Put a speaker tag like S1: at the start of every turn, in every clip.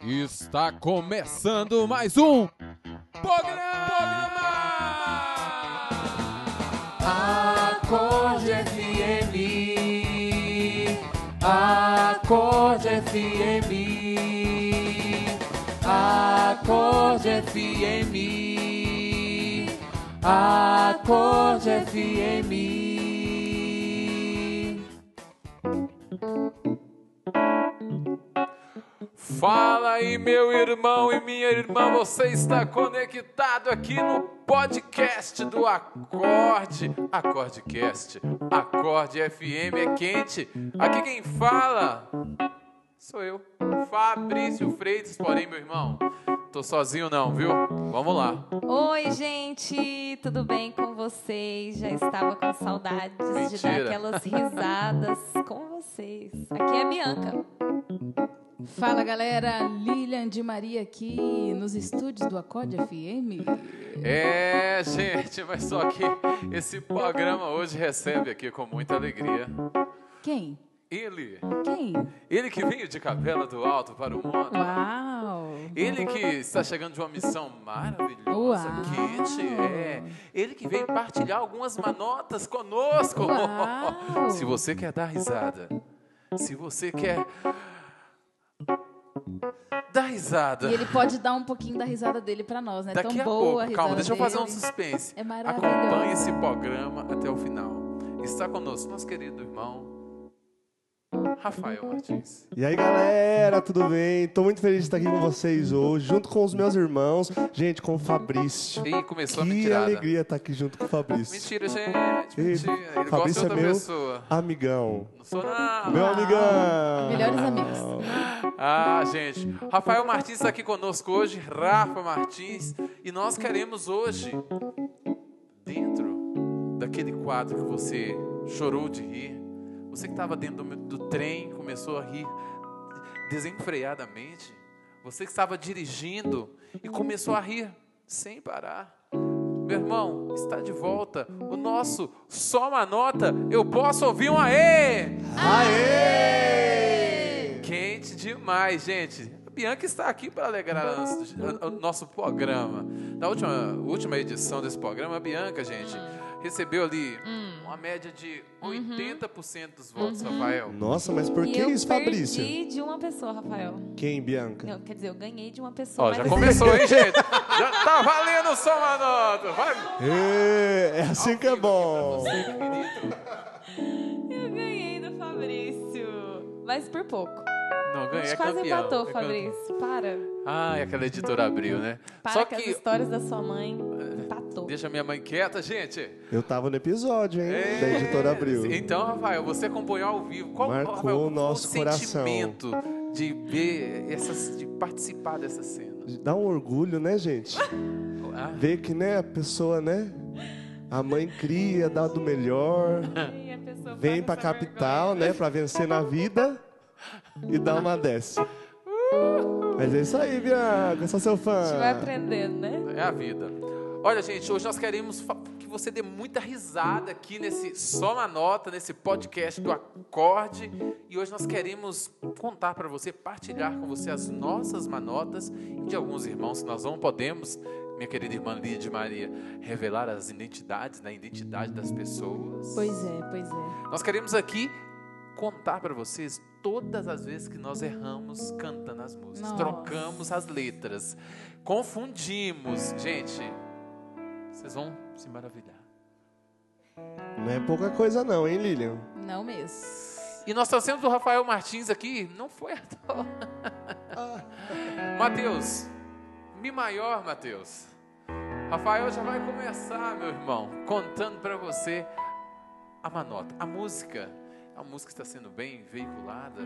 S1: Está começando mais um programa!
S2: Acorde FM, Acorde FM, Acorde FM, Acorde FM.
S1: Fala aí, meu irmão e minha irmã, você está conectado aqui no podcast do Acorde, Acordecast, Acorde FM é quente. Aqui quem fala sou eu, Fabrício Freitas, porém, meu irmão, tô sozinho não, viu? Vamos lá.
S3: Oi, gente, tudo bem com vocês? Já estava com saudades de dar
S1: Mentira.
S3: aquelas risadas com vocês. Aqui é a Bianca.
S4: Fala galera, Lilian de Maria aqui nos estúdios do Acorde FM.
S1: É, gente, mas só que esse programa hoje recebe aqui com muita alegria
S4: Quem?
S1: ele,
S4: Quem?
S1: ele que veio de Capela do Alto para o mundo,
S4: Uau!
S1: ele que está chegando de uma missão maravilhosa,
S4: Uau.
S1: quente, é, ele que veio partilhar algumas manotas conosco.
S4: Uau.
S1: Se você quer dar risada, se você quer dar risada,
S4: E ele pode dar um pouquinho da risada dele pra nós, né?
S1: Daqui
S4: Tão
S1: a
S4: boa a
S1: pouco,
S4: risada
S1: calma, deixa eu fazer um
S4: dele.
S1: suspense.
S4: É maravilhoso.
S1: Acompanhe esse programa até o final. Está conosco nosso querido irmão Rafael Martins.
S5: E aí galera, tudo bem? Tô muito feliz de estar aqui com vocês hoje, junto com os meus irmãos, gente, com o Fabrício.
S1: E começou a
S5: que
S1: mentirada.
S5: alegria estar aqui junto com o Fabrício.
S1: Mentira, gente.
S5: Ei,
S1: Mentira. Ele gosta de
S5: Fabrício é
S1: outra
S5: meu
S1: pessoa.
S5: Amigão.
S1: Não sou não.
S5: Meu amigão!
S4: Melhores amigos.
S1: Ah, gente. Rafael Martins está aqui conosco hoje. Rafa Martins. E nós queremos hoje, dentro daquele quadro que você chorou de rir, você que estava dentro do, do trem, começou a rir desenfreadamente, você que estava dirigindo e começou a rir sem parar. Meu irmão, está de volta o nosso Só Uma Nota, Eu Posso Ouvir Um Aê!
S5: Aê!
S1: Quente demais, gente. A Bianca está aqui para alegrar a nosso- a- o nosso programa. Na última, última edição desse programa, a Bianca, gente, recebeu ali uma média de 80% dos votos,
S3: Uhum.
S1: Rafael.
S5: Nossa, mas por
S3: e
S5: que
S3: eu
S5: isso,
S3: perdi
S5: Fabrício?
S3: de uma pessoa, Rafael.
S5: Quem, Bianca?
S3: Não, quer dizer, eu ganhei de uma pessoa.
S1: Ó, já
S3: mas-
S1: começou, hein, gente? Já tá valendo só uma nota. Vai.
S5: Ê, É, assim que é bom.
S3: Eu ganhei do Fabrício. Mas por pouco.
S1: Não,
S3: A
S1: ganhei
S3: gente
S1: é
S3: quase
S1: campeão.
S3: empatou,
S1: É campeão.
S3: Fabrício. Para.
S1: Ah, é aquela editora abriu, né?
S3: Para
S1: Só
S3: com as
S1: que eh,
S3: histórias da sua mãe. Empatou.
S1: deixa minha mãe quieta, gente.
S5: Eu tava no episódio, hein?
S1: É.
S5: Da editora Abril.
S1: Então, Rafael, você acompanhou ao vivo. Qual,
S5: Marcou
S1: Rafael,
S5: o nosso coração.
S1: sentimento de ver essas, de participar dessa cena?
S5: Dá um orgulho, né, gente?
S1: Ah,
S5: Ver que, né, a pessoa, né? A mãe cria, dá do melhor.
S3: E a pessoa
S5: vem
S3: passa
S5: pra
S3: essa
S5: capital, né, pra vencer na vida e dar uma dessa. Mas é isso aí, Bianca, sou seu fã.
S3: vergonha. A gente vai aprendendo, né?
S1: é a vida. Olha, gente, hoje nós queremos fa- que você dê muita risada aqui nesse Só uma Nota, nesse podcast do Acorde. E hoje nós queremos contar para você, partilhar com você as nossas manotas e de alguns irmãos que nós não podemos, minha querida irmã Lídia Maria, revelar as identidades, né, a identidade das pessoas.
S4: Pois é, pois é.
S1: Nós queremos aqui contar para vocês todas as vezes que nós erramos cantando as músicas,
S4: Nossa.
S1: trocamos as letras, confundimos. Gente, vocês vão se maravilhar.
S5: Não é pouca coisa não, hein, Lilian?
S4: Não mesmo.
S1: E nós trouxemos o Rafael Martins aqui, não foi à toa. Matheus, Mi maior, Matheus. Rafael já vai começar, meu irmão, contando para você a manota, a música. A música está sendo bem veiculada,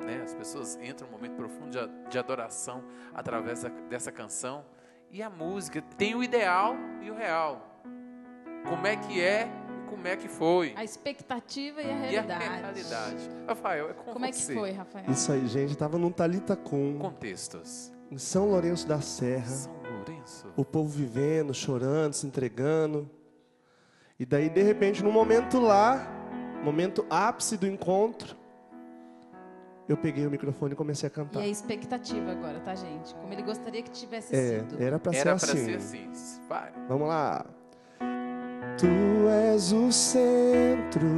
S1: né? As pessoas entram num momento profundo de a- de adoração através da- dessa canção. E a música tem o ideal e o real. Como é que é e como é que foi.
S4: A expectativa e a
S1: E a
S4: realidade.
S1: realidade. Rafael, é com
S4: Como é que
S1: você.
S4: foi, Rafael?
S5: Isso aí, gente, tava num Talita Com,
S1: Contextos.
S5: em São Lourenço da Serra,
S1: São Lourenço.
S5: o povo vivendo, chorando, se entregando. E daí, de repente, num momento lá, momento ápice do encontro, eu peguei o microfone e comecei a cantar.
S4: E a expectativa agora, tá, gente? Como ele gostaria que tivesse sido.
S5: É, era pra ser
S1: Era pra
S5: assim.
S1: ser assim. Vai.
S5: Vamos lá. Tu és o centro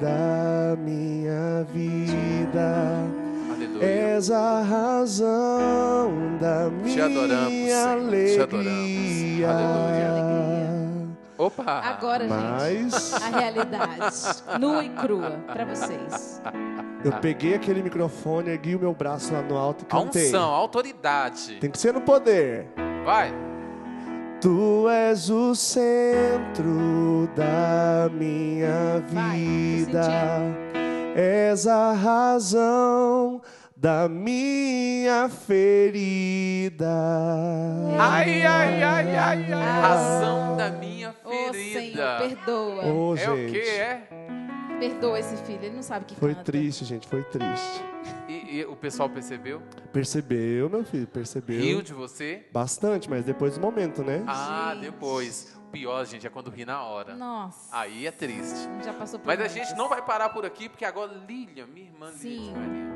S5: da minha vida.
S1: Aleluia.
S5: És a razão da
S1: Te
S5: minha
S1: adoramos, Senhor. Te
S5: alegria.
S1: adoramos. Aleluia. Opa!
S4: Agora, gente,
S5: Mas
S4: a realidade, nua e crua, pra vocês.
S5: eu peguei aquele microfone, ergui o meu braço lá no alto e
S1: A
S5: cantei.
S1: unção, a autoridade.
S5: Tem que ser no poder.
S1: Vai.
S5: Tu és o centro da minha
S4: Vai,
S5: vida,
S4: tô
S5: és a razão da minha ferida.
S1: Ai, ai, ai, ai, ai. Razão da minha
S4: Ah. Ô,
S1: ferida.
S4: Senhor, perdoa.
S5: Ô,
S1: é o que
S5: gente,
S1: é?
S4: Perdoa esse filho, ele não sabe o que
S5: Foi
S4: canta.
S5: triste, gente, foi triste.
S1: E, e o pessoal percebeu?
S5: Percebeu, meu filho, percebeu.
S1: Riu de você?
S5: Bastante, mas depois do momento, né?
S1: Ah,
S4: Gente.
S1: depois. O pior, gente, é quando ri na hora.
S4: Nossa.
S1: Aí é triste.
S4: Já passou por um
S1: Mas a
S4: muitas.
S1: gente não vai parar por aqui, porque agora Lilian, minha irmã Lilian de
S4: Sim.
S1: Maria,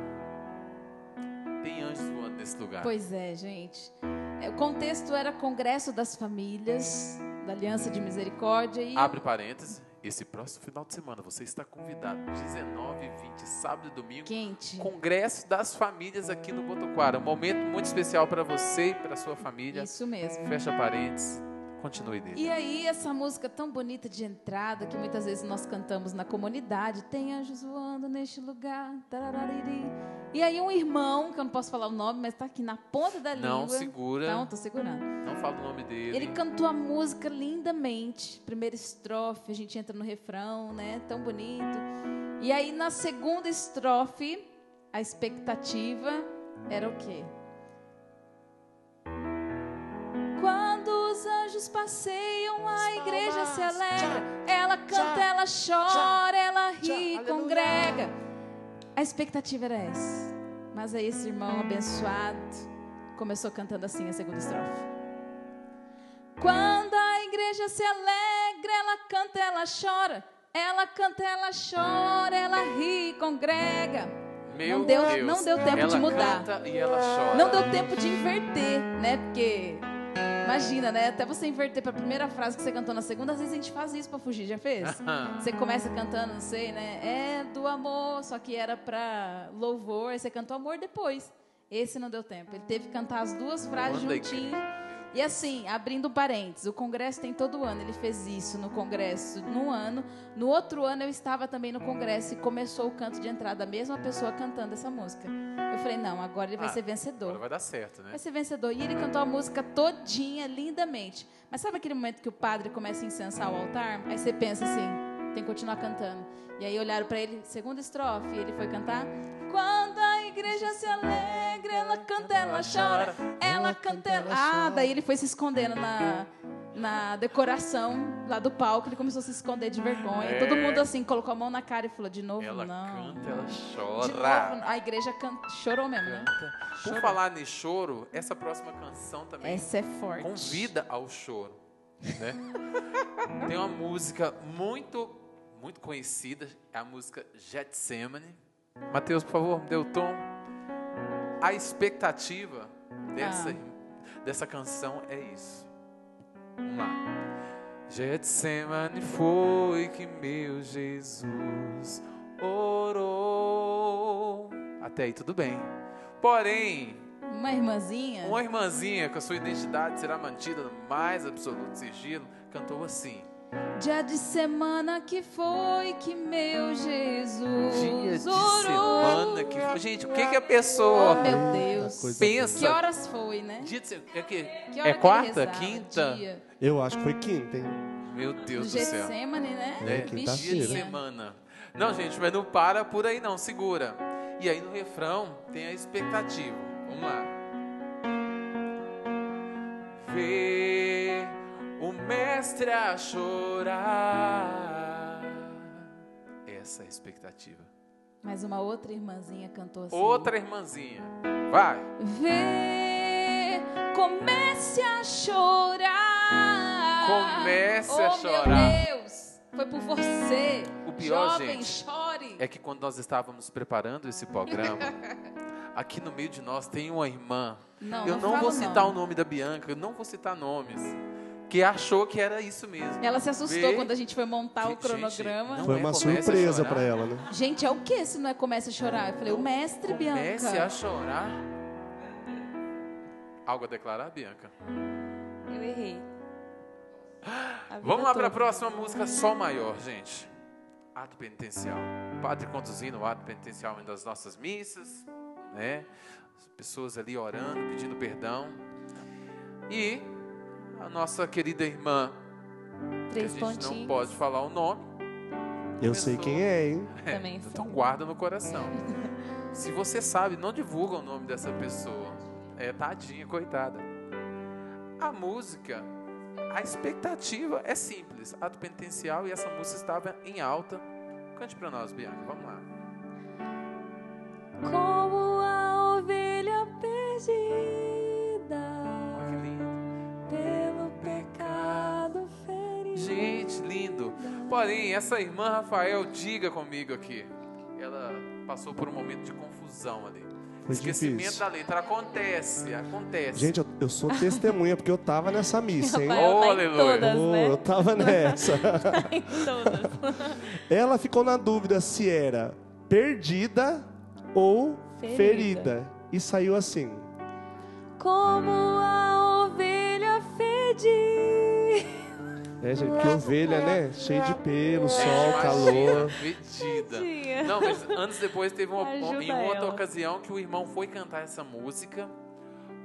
S1: tem anjos voando nesse lugar.
S4: Pois é, gente. É, O contexto era Congresso das Famílias, da Aliança de Misericórdia e
S1: Abre parênteses. Esse próximo final de semana você está convidado. 19, 20, sábado e domingo.
S4: quente.
S1: Congresso das Famílias aqui no Botoquara. Um momento muito especial para você e para sua família.
S4: Isso mesmo.
S1: Fecha parênteses. Continue dele.
S4: E aí, essa música tão bonita de entrada que muitas vezes nós cantamos na comunidade, tem anjos voando neste lugar. tararariri. E aí, um irmão, que eu não posso falar o nome, mas tá aqui na ponta da
S1: Não
S4: língua.
S1: segura.
S4: Não, tô segurando.
S1: Não fala o nome dele.
S4: Ele cantou a música lindamente. Primeira estrofe, a gente entra no refrão, né? Tão bonito. E aí, na segunda estrofe, a expectativa era o quê? Quando os anjos passeiam, a igreja se alegra. Ela canta, ela chora, ela ri, congrega. A expectativa era essa. Mas aí esse irmão abençoado começou cantando assim a segunda estrofe. Quando a igreja se alegra, ela canta, ela chora. Ela canta, ela chora, ela ri, congrega.
S1: Meu
S4: não deu-
S1: Deus.
S4: não deu tempo de
S1: ela
S4: mudar.
S1: Canta e ela chora.
S4: Não deu tempo de inverter, né? Porque imagina, né? Até você inverter pra primeira frase que você cantou na segunda, às vezes a gente faz isso pra fugir, já fez?
S1: Ah,
S4: Você começa cantando, não sei, né? É do amor, só que era pra louvor, aí você cantou amor depois. Esse não deu tempo. Ele teve que cantar as duas frases
S1: Quando a
S4: juntinho. E assim, abrindo parênteses, o congresso tem todo ano. Ele fez isso no congresso num ano. No outro ano eu estava também no congresso e começou o canto de entrada, a mesma pessoa cantando essa música. Eu falei, não, agora ele vai
S1: Ah,
S4: ser
S1: Agora
S4: vencedor.
S1: vai dar certo, né?
S4: Vai ser vencedor. E ele cantou a música todinha, lindamente. Mas sabe aquele momento que o padre começa a incensar o altar? Aí você pensa assim, tem que continuar cantando. E aí olharam pra ele, segunda estrofe, e ele foi cantar. Quando a igreja se alegra, ela canta, ela chora, ela canta, ela... Ah, daí ele foi se escondendo na, na decoração lá do palco, ele começou a se esconder de vergonha.
S1: É.
S4: Todo mundo assim, colocou a mão na cara e falou, de novo,
S1: Ela
S4: não.
S1: canta, ela
S4: De
S1: chora.
S4: novo, a igreja can... chorou mesmo, né?
S1: Canta. Por falar em choro, essa próxima canção também
S4: Essa é forte.
S1: convida ao choro, né? Tem uma música muito, muito conhecida, é a música Getsemane. Mateus, por favor, me dê o tom. A expectativa dessa, dessa canção é isso. Vamos lá. Getsemane foi que meu Jesus orou. Até aí tudo bem. Porém,
S4: Uma irmãzinha?
S1: uma irmãzinha com a sua identidade será mantida no mais absoluto sigilo cantou assim:
S4: Dia de semana que foi que meu Jesus
S1: Dia de
S4: orou.
S1: semana que foi. Gente, o que que a
S4: Oh,
S1: pessoa
S4: meu Deus.
S5: Coisa
S1: pensa?
S4: Que horas foi, né?
S1: Dia de se- é que-
S4: Que hora
S1: é
S4: que
S1: quarta,
S4: rezava?
S1: quinta?
S4: Dia.
S5: Eu acho que foi quinta, hein?
S1: Meu
S4: Do
S1: Deus do céu.
S4: Getsemane, né?
S5: É,
S1: dia de
S5: quinta-feira.
S1: semana. Não, gente, mas não para por aí não, segura. E aí no refrão tem a expectativa. Vamos lá. Vê o mestre a chorar. Essa é a expectativa.
S4: Mas uma outra irmãzinha cantou assim.
S1: Outra irmãzinha. Vai.
S4: Vê, comece a chorar.
S1: Comece a
S4: oh,
S1: chorar.
S4: meu Deus. Foi por você.
S1: O pior,
S4: Jovem,
S1: gente,
S4: chore.
S1: é que quando nós estávamos preparando esse programa, aqui no meio de nós tem uma irmã.
S4: Não,
S1: eu
S4: não
S1: não
S4: fala
S1: vou
S4: o
S1: citar
S4: nome.
S1: o nome da Bianca, eu não vou citar nomes. Que achou que era isso mesmo.
S4: Ela é se assustou
S1: Vê-
S4: quando a gente foi montar o
S1: Gente,
S4: cronograma.
S1: não
S5: Foi
S1: é,
S5: uma
S1: começa a
S5: surpresa
S1: chorar.
S5: pra ela, né?
S4: Gente, é o que se não é começa a chorar? Eu falei, o mestre,
S1: Comece
S4: Bianca.
S1: a chorar. Algo a declarar, Bianca?
S3: Eu errei. A vida
S1: Vamos lá para
S3: toda.
S1: a próxima música, Sol Maior, gente. Ato penitencial. O padre conduzindo o ato penitencial em das nossas missas, né? As pessoas ali orando, pedindo perdão. E a nossa querida irmã,
S3: Três
S1: que a gente não
S3: pontinhos.
S1: pode falar o nome,
S5: Eu sei quem é, hein?
S1: É,
S3: Também sei.
S1: então guarda no coração. Se você sabe, não divulga o nome dessa pessoa. É tadinha, coitada. A música, a expectativa é simples. Ato penitencial e essa música estava em alta. Cante pra nós, Bianca. Vamos lá.
S3: Como a ovelha perdida
S1: Olha que lindo.
S3: pelo pecado ferido.
S1: Gente, lindo. Porém, essa irmã Rafael, diga comigo aqui. Ela passou por um momento de confusão ali.
S5: Foi
S1: Esquecimento
S5: difícil.
S1: da letra. Acontece, acontece.
S5: Gente, eu, eu sou testemunha porque eu tava nessa missa, hein?
S3: Rafael tá em
S1: Aleluia.
S3: todas,
S5: Ô,
S3: né?
S5: eu tava nessa.
S3: Em todas.
S5: Ela ficou na dúvida se era perdida ou
S3: Ferida.
S5: ferida. E saiu assim.
S3: Como a ovelha fedida.
S5: É, gente, porque ovelha, né? Cheio de pelo, sol,
S1: É. Imagina,
S5: calor.
S1: Medida.
S3: Tadinha.
S1: Não, mas anos depois teve uma,
S3: Ajuda
S1: em outra
S3: ela.
S1: ocasião que o irmão foi cantar essa música.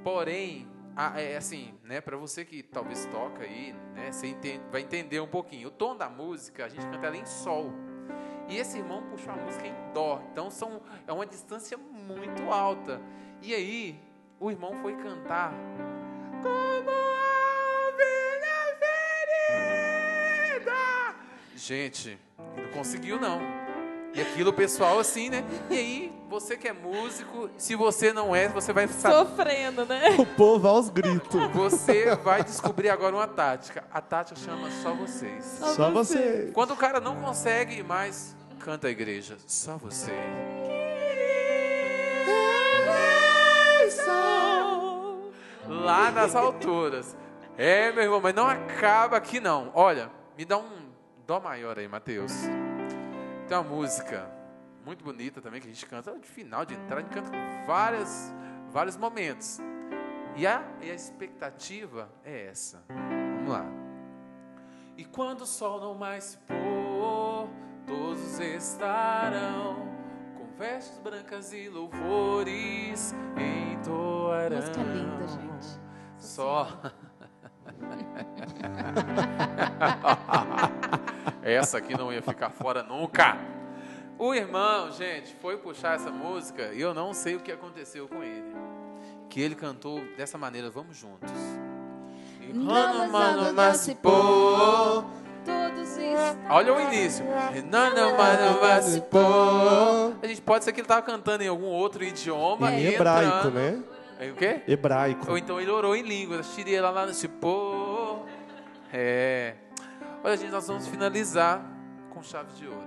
S1: Porém, a- é assim, né, para você que talvez toca aí, né, você enten- vai entender um pouquinho. O tom da música, a gente canta ela em sol. E esse irmão puxou a música em dó. Então são, é uma distância muito alta. E aí, o irmão foi cantar. Como a ovelha ferida. Gente, não conseguiu não. E aquilo o pessoal assim, né? E aí, você que é músico, se você não é, você vai saber.
S3: Sofrendo, né?
S5: O povo aos gritos.
S1: Você vai descobrir agora uma tática. A tática chama só vocês.
S5: Só você.
S1: Quando o cara não consegue mais, canta a igreja. Só você. Lá nas alturas. É, meu irmão, mas não acaba aqui não. Olha, me dá um dó maior aí, Matheus. Tem uma música muito bonita também que a gente canta de final, de entrada, a gente canta várias, vários momentos. E a, e a expectativa é essa. Vamos lá. E quando o sol não mais se pôr, todos estarão com vestes brancas e louvores entoarão.
S4: Música linda, gente.
S1: Só. essa aqui não ia ficar fora nunca. O irmão, gente, foi puxar essa música e eu não sei o que aconteceu com ele. Que ele cantou dessa maneira, vamos juntos. E quando o mano mais se pôr,
S4: Todos estão.
S1: Olha o início. Renana mano vai se pôr. A gente pode ser que ele tava cantando em algum outro idioma.
S5: Em
S1: e
S5: hebraico,
S1: entrando-
S5: né?
S1: Em O quê?
S5: Hebraico.
S1: Ou então ele orou em línguas. Tirei ela lá no cipó. É. Olha, gente, nós vamos finalizar com chave de ouro.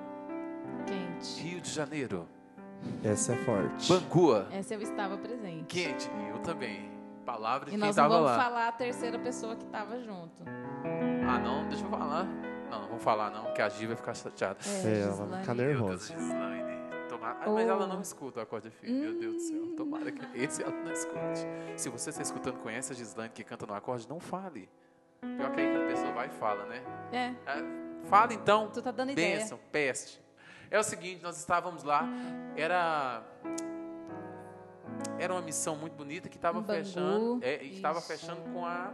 S4: Quente.
S1: Rio de Janeiro.
S5: Essa é forte.
S1: Bangua.
S4: Essa eu estava presente.
S1: Quente. Eu também. Palavra de
S4: E
S1: quem
S4: nós não
S1: tava
S4: vamos
S1: lá.
S4: falar a terceira pessoa que estava junto.
S1: Ah, não, deixa eu falar. Não, não vou falar, não, porque a Gi vai ficar chateada.
S5: É, ela vai ficar
S1: Meu Deus,
S5: nervosa.
S1: Gislaine. Tomara... Ah, Mas
S4: Oh. Hum.
S1: ela não escuta o acorde firme. Meu Deus do céu. Tomara que esse ela não escute. Se você está escutando, conhece a Gislaine que canta no acorde, não fale. Pior que aí a pessoa vai e fala, né?
S4: É,
S1: Ah, Fala então.
S4: tu tá dando ideia.
S1: Bênção, peste. É o seguinte, nós estávamos lá, era era uma missão muito bonita que estava
S4: Em Bangu,
S1: fechando, é, e que estava
S4: isso.
S1: fechando com a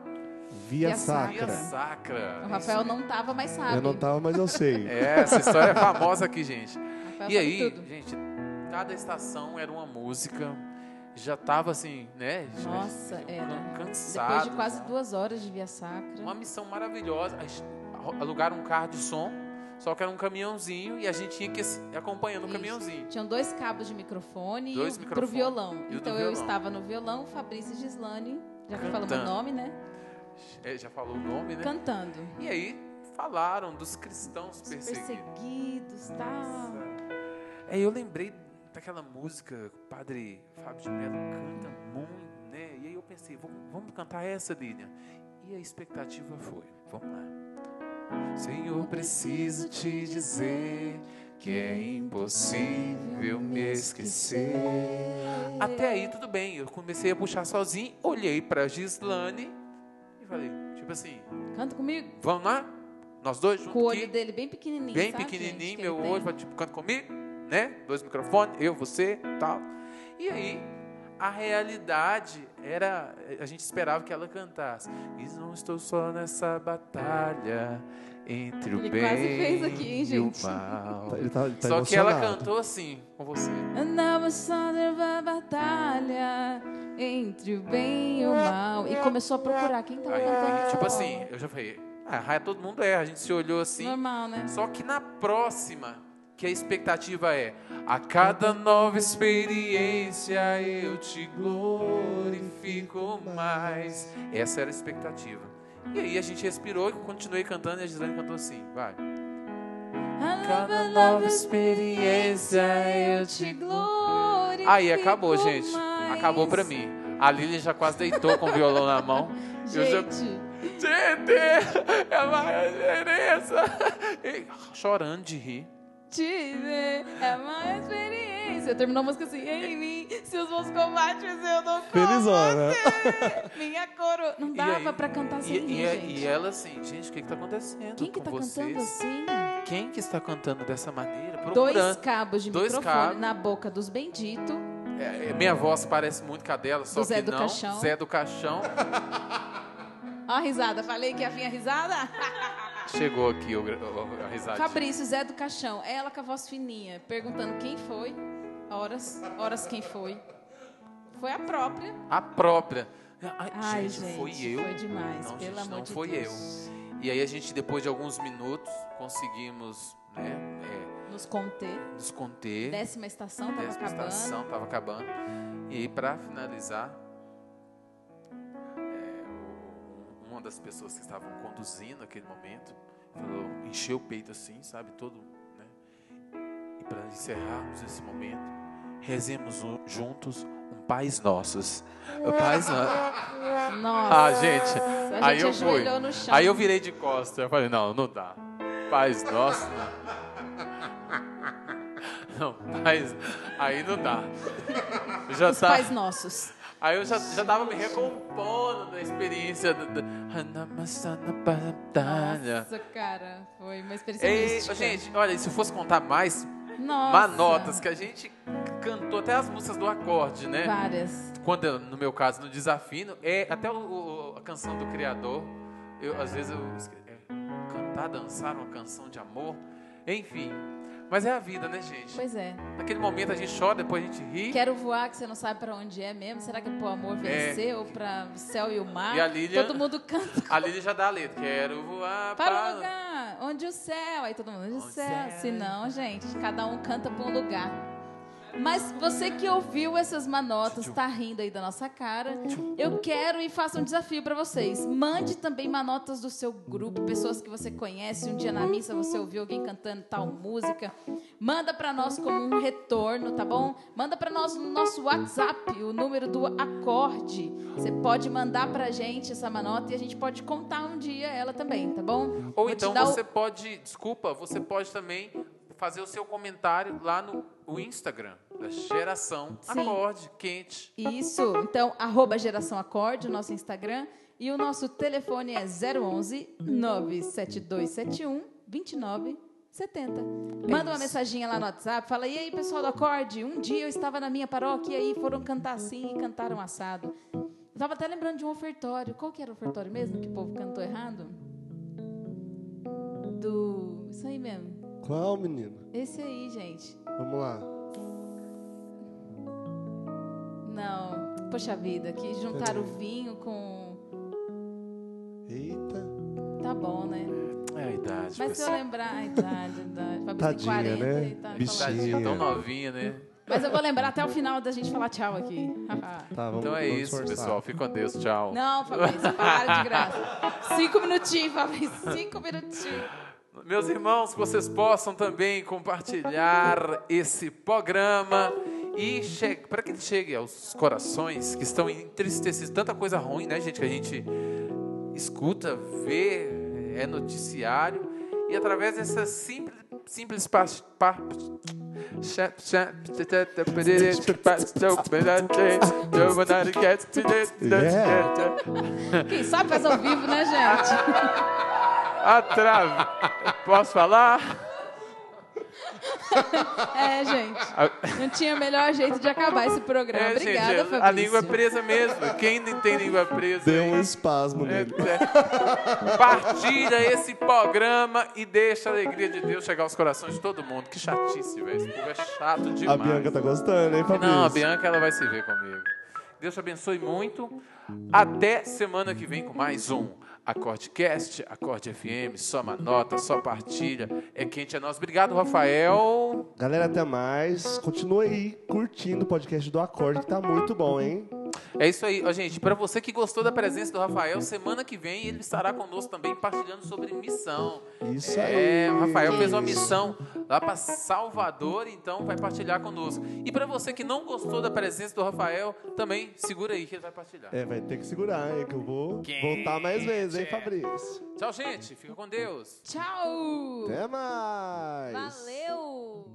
S5: Via
S4: E a
S5: sacra.
S1: Via Sacra.
S4: O Rafael não tava, mas sabe.
S5: Eu não tava, mas eu sei.
S1: É, essa história é famosa aqui, gente.
S4: O Rafael
S1: E
S4: sabe
S1: aí,
S4: tudo.
S1: gente, cada estação era uma música. Já tava assim, né? já-
S4: Nossa,
S1: can-
S4: era.
S1: Cansado.
S4: Depois de quase duas horas de via sacra.
S1: Uma missão maravilhosa. A gente Alugaram um carro de som, só que era um caminhãozinho e a gente tinha que ir acompanhando o
S4: Isso.
S1: caminhãozinho.
S4: Tinham dois cabos de microfone
S1: Dois
S4: e o, pro
S1: microfones.
S4: violão.
S1: E o do
S4: então eu
S1: violão.
S4: estava no violão, Fabrício e Gislane, já que falou meu
S1: Cantando.
S4: nome, né?
S1: É, já falou o nome, né?
S4: Cantando.
S1: E aí falaram dos cristãos
S4: Os tá?
S1: perseguidos.
S4: Perseguidos, tal.
S1: É, eu lembrei daquela música que o padre Fábio de Mello canta muito, né? E aí eu pensei, vamos, vamos cantar essa, Lilian. E a expectativa foi, vamos lá. Senhor, preciso te dizer que é impossível me esquecer. Até aí tudo bem, eu comecei a puxar sozinho, olhei pra Gislane e falei, tipo assim,
S4: Canta comigo.
S1: vamos lá? Nós dois juntos
S4: Com o olho
S1: aqui?
S4: dele bem pequenininho,
S1: bem
S4: sabe,
S1: pequenininho,
S4: gente, que
S1: meu
S4: ele tem.
S1: olho, vai, tipo, canta comigo, né? Dois microfones, eu, você, tal. E aí, a realidade era, a gente esperava que ela cantasse. E não estou só nessa batalha entre o
S4: Ele
S1: bem
S4: quase fez aqui, hein,
S1: e o
S4: gente?
S1: mal.
S5: Ele tá, ele tá
S1: Só que ela
S5: emocionado.
S1: cantou assim com você.
S4: Andava só numa batalha entre o bem e o mal. E começou a procurar quem tava
S1: Aí,
S4: cantando.
S1: aí,
S4: essa
S1: tipo
S4: bola.
S1: assim, eu já falei, ah, raia todo mundo erra. A gente se olhou assim.
S4: Normal, né?
S1: Só que na próxima, que a expectativa é: a cada nova experiência eu te glorifico mais. Essa era a expectativa. E aí a gente respirou e continuei cantando e a Gislane cantou assim, vai.
S4: Cada nova
S1: experiência
S4: eu te glorifico
S1: Aí acabou, gente.
S4: mais.
S1: Acabou pra mim. A Lilian já quase deitou com o violão na mão. Eu já-
S4: Gente,
S1: Gente, é mais diferença. E Chorando de rir.
S4: te ver é uma experiência. Terminou a música assim, em mim, seus bons combates eu não com
S5: Felizona.
S4: você. Minha coroa. Não
S1: E
S4: dava
S1: aí-
S4: pra cantar sem
S1: e,
S4: rir,
S1: e-
S4: gente.
S1: e ela assim, gente, o que, que tá acontecendo
S4: Quem que
S1: com
S4: tá
S1: vocês?
S4: cantando assim?
S1: Quem que está cantando dessa maneira?
S4: Dois
S1: Procurando.
S4: cabos de
S1: Dois
S4: microfone
S1: cabos.
S4: na boca dos benditos.
S1: É, é, minha voz parece muito com a dela, só
S4: Do Zé
S1: que
S4: do
S1: não.
S4: Caixão.
S1: Zé do Caixão
S4: Ó a risada, falei que ia vir a risada.
S1: chegou aqui o, gra- o- a risada.
S4: Fabrício, Zé do Caixão, é ela com a voz fininha, perguntando quem foi, horas, horas quem foi. Foi a própria.
S1: A própria. Ai,
S4: Ai,
S1: gente,
S4: gente,
S1: foi eu.
S4: Foi demais,
S1: não,
S4: pelo
S1: gente,
S4: amor
S1: não
S4: de
S1: foi
S4: Deus.
S1: eu. E aí a gente, depois de alguns minutos, conseguimos né, é,
S4: Nos conter.
S1: nos conter.
S4: Décima estação tava
S1: Décima
S4: acabando.
S1: estação estava acabando. E aí, para finalizar, é, o- uma das pessoas que estavam conduzindo aquele momento falou, encheu o peito assim, sabe, todo, né? E para encerrarmos esse momento, rezemos um- juntos um Pais Nossos. O Pais Nossos.
S4: Nossa.
S1: Ah, gente,
S4: A
S1: aí
S4: gente
S1: eu fui.
S4: ajoelhou no chão.
S1: Aí eu virei de costas, eu falei, não, não dá. Pais Nossos, não. Não, paz, aí não dá. Já
S4: Os
S1: tá.
S4: pais nossos.
S1: Aí eu já, já tava me recompondo da experiência do, do... Anamasana Batalha.
S4: Nossa, cara, foi uma experiência
S1: Ei,
S4: mística.
S1: gente, olha, e se eu fosse contar mais
S4: Nossa.
S1: manotas que a gente cantou até as músicas do acorde, né?
S4: Várias.
S1: Quando eu, no meu caso no desafino, é até o- o- a canção do criador. Eu às vezes eu esque- é, cantar, dançar uma canção de amor, enfim. Mas é a vida, né, gente?
S4: Pois é.
S1: Naquele momento a gente chora, depois a gente ri.
S4: Quero voar, que você não sabe pra onde é mesmo. Será que é pro amor vencer ou pra o céu e o mar?
S1: E a Lilian-
S4: Todo mundo canta.
S1: A Lili já dá a letra. Quero voar
S4: Para o lugar, onde o céu. Aí todo mundo, onde o
S1: Onde o
S4: céu.
S1: céu.
S4: Se não, gente, cada um canta pra um lugar. Mas você que ouviu essas manotas, tá rindo aí da nossa cara, eu quero e faço um desafio pra vocês. Mande também manotas do seu grupo, pessoas que você conhece. Um dia na missa você ouviu alguém cantando tal música. Manda pra nós como um retorno, tá bom? Manda pra nós no nosso WhatsApp o número do acorde. Você pode mandar pra gente essa manota e a gente pode contar um dia ela também, tá bom?
S1: Ou
S4: Vou te
S1: então
S4: dar o-
S1: você pode, desculpa, você pode também fazer o seu comentário lá no o Instagram da Geração
S4: Sim.
S1: Acorde Quente.
S4: Isso. Então, arroba Geração Acorde, o nosso Instagram. E o nosso telefone é 011 97271 2970. Manda uma mensaginha lá no WhatsApp, fala: "E aí, pessoal do Acorde, um dia eu estava na minha paróquia e aí foram cantar assim e cantaram assado". Eu tava até lembrando de um ofertório. Qual que era o ofertório mesmo que o povo cantou errado? Do, isso aí mesmo.
S5: Qual, menino?
S4: Esse aí, gente.
S5: Vamos lá.
S4: Não. Poxa vida, que juntaram o vinho com
S5: Eita.
S4: Tá bom, né?
S1: É a idade.
S4: Mas se eu
S1: pessoal.
S4: lembrar. A idade, a idade. Fabrício tem
S5: Tadinha,
S4: 40
S5: né?
S4: e tá me
S5: Bichinha.
S4: falando.
S1: Tadinha, tão novinha, né?
S4: Mas eu vou lembrar até o final da gente falar tchau aqui.
S5: Tá, vamos,
S1: Então é
S5: vamos
S1: isso,
S5: forçar.
S1: pessoal. Fica com Deus. Tchau.
S4: Não, Fabrício, para de graça. Cinco minutinhos, Fabrício. Cinco minutinhos.
S1: Meus irmãos, que vocês possam também compartilhar esse programa e para que ele chegue aos corações que estão entristecidos. Tanta coisa ruim, né, gente, que a gente escuta, vê, é noticiário. E através dessa simples, simples pa- pa-
S5: Yeah.
S4: Quem sabe faz ao vivo, né, gente?
S1: Atra... Posso falar?
S4: É, gente. Não tinha melhor jeito de acabar esse programa.
S1: É, gente,
S4: Obrigada,
S1: a-
S4: Fabrício.
S1: a língua é presa mesmo. Quem não tem língua é presa?
S5: Deu
S1: aí?
S5: um espasmo nele.
S1: É. Partilha esse programa e deixa a alegria de Deus chegar aos corações de todo mundo. Que chatice, velho. Esse povo é chato
S5: A
S1: demais.
S5: Bianca tá gostando, hein, Fabrício?
S1: Não, a Bianca ela vai se ver comigo. Deus te abençoe muito. Até semana que vem com mais um Acordecast, Acorde FM, só uma nota, só partilha. É quente é nós. Obrigado, Rafael.
S5: Galera, até mais. Continua aí curtindo o podcast do Acorde, que tá muito bom, hein?
S1: É isso aí, ó, gente. Para você que gostou da presença do Rafael, semana que vem ele estará conosco também partilhando sobre missão.
S5: Isso
S1: É,
S5: aí.
S1: o Rafael fez uma missão lá para Salvador, então vai partilhar conosco. E para você que não gostou da presença do Rafael, também segura aí que ele vai partilhar.
S5: É, vai ter que segurar, hein, que eu vou
S1: Quente.
S5: voltar mais vezes, hein, Fabrício?
S1: Tchau, gente. Fica com Deus.
S4: Tchau!
S5: Até mais.
S3: Valeu!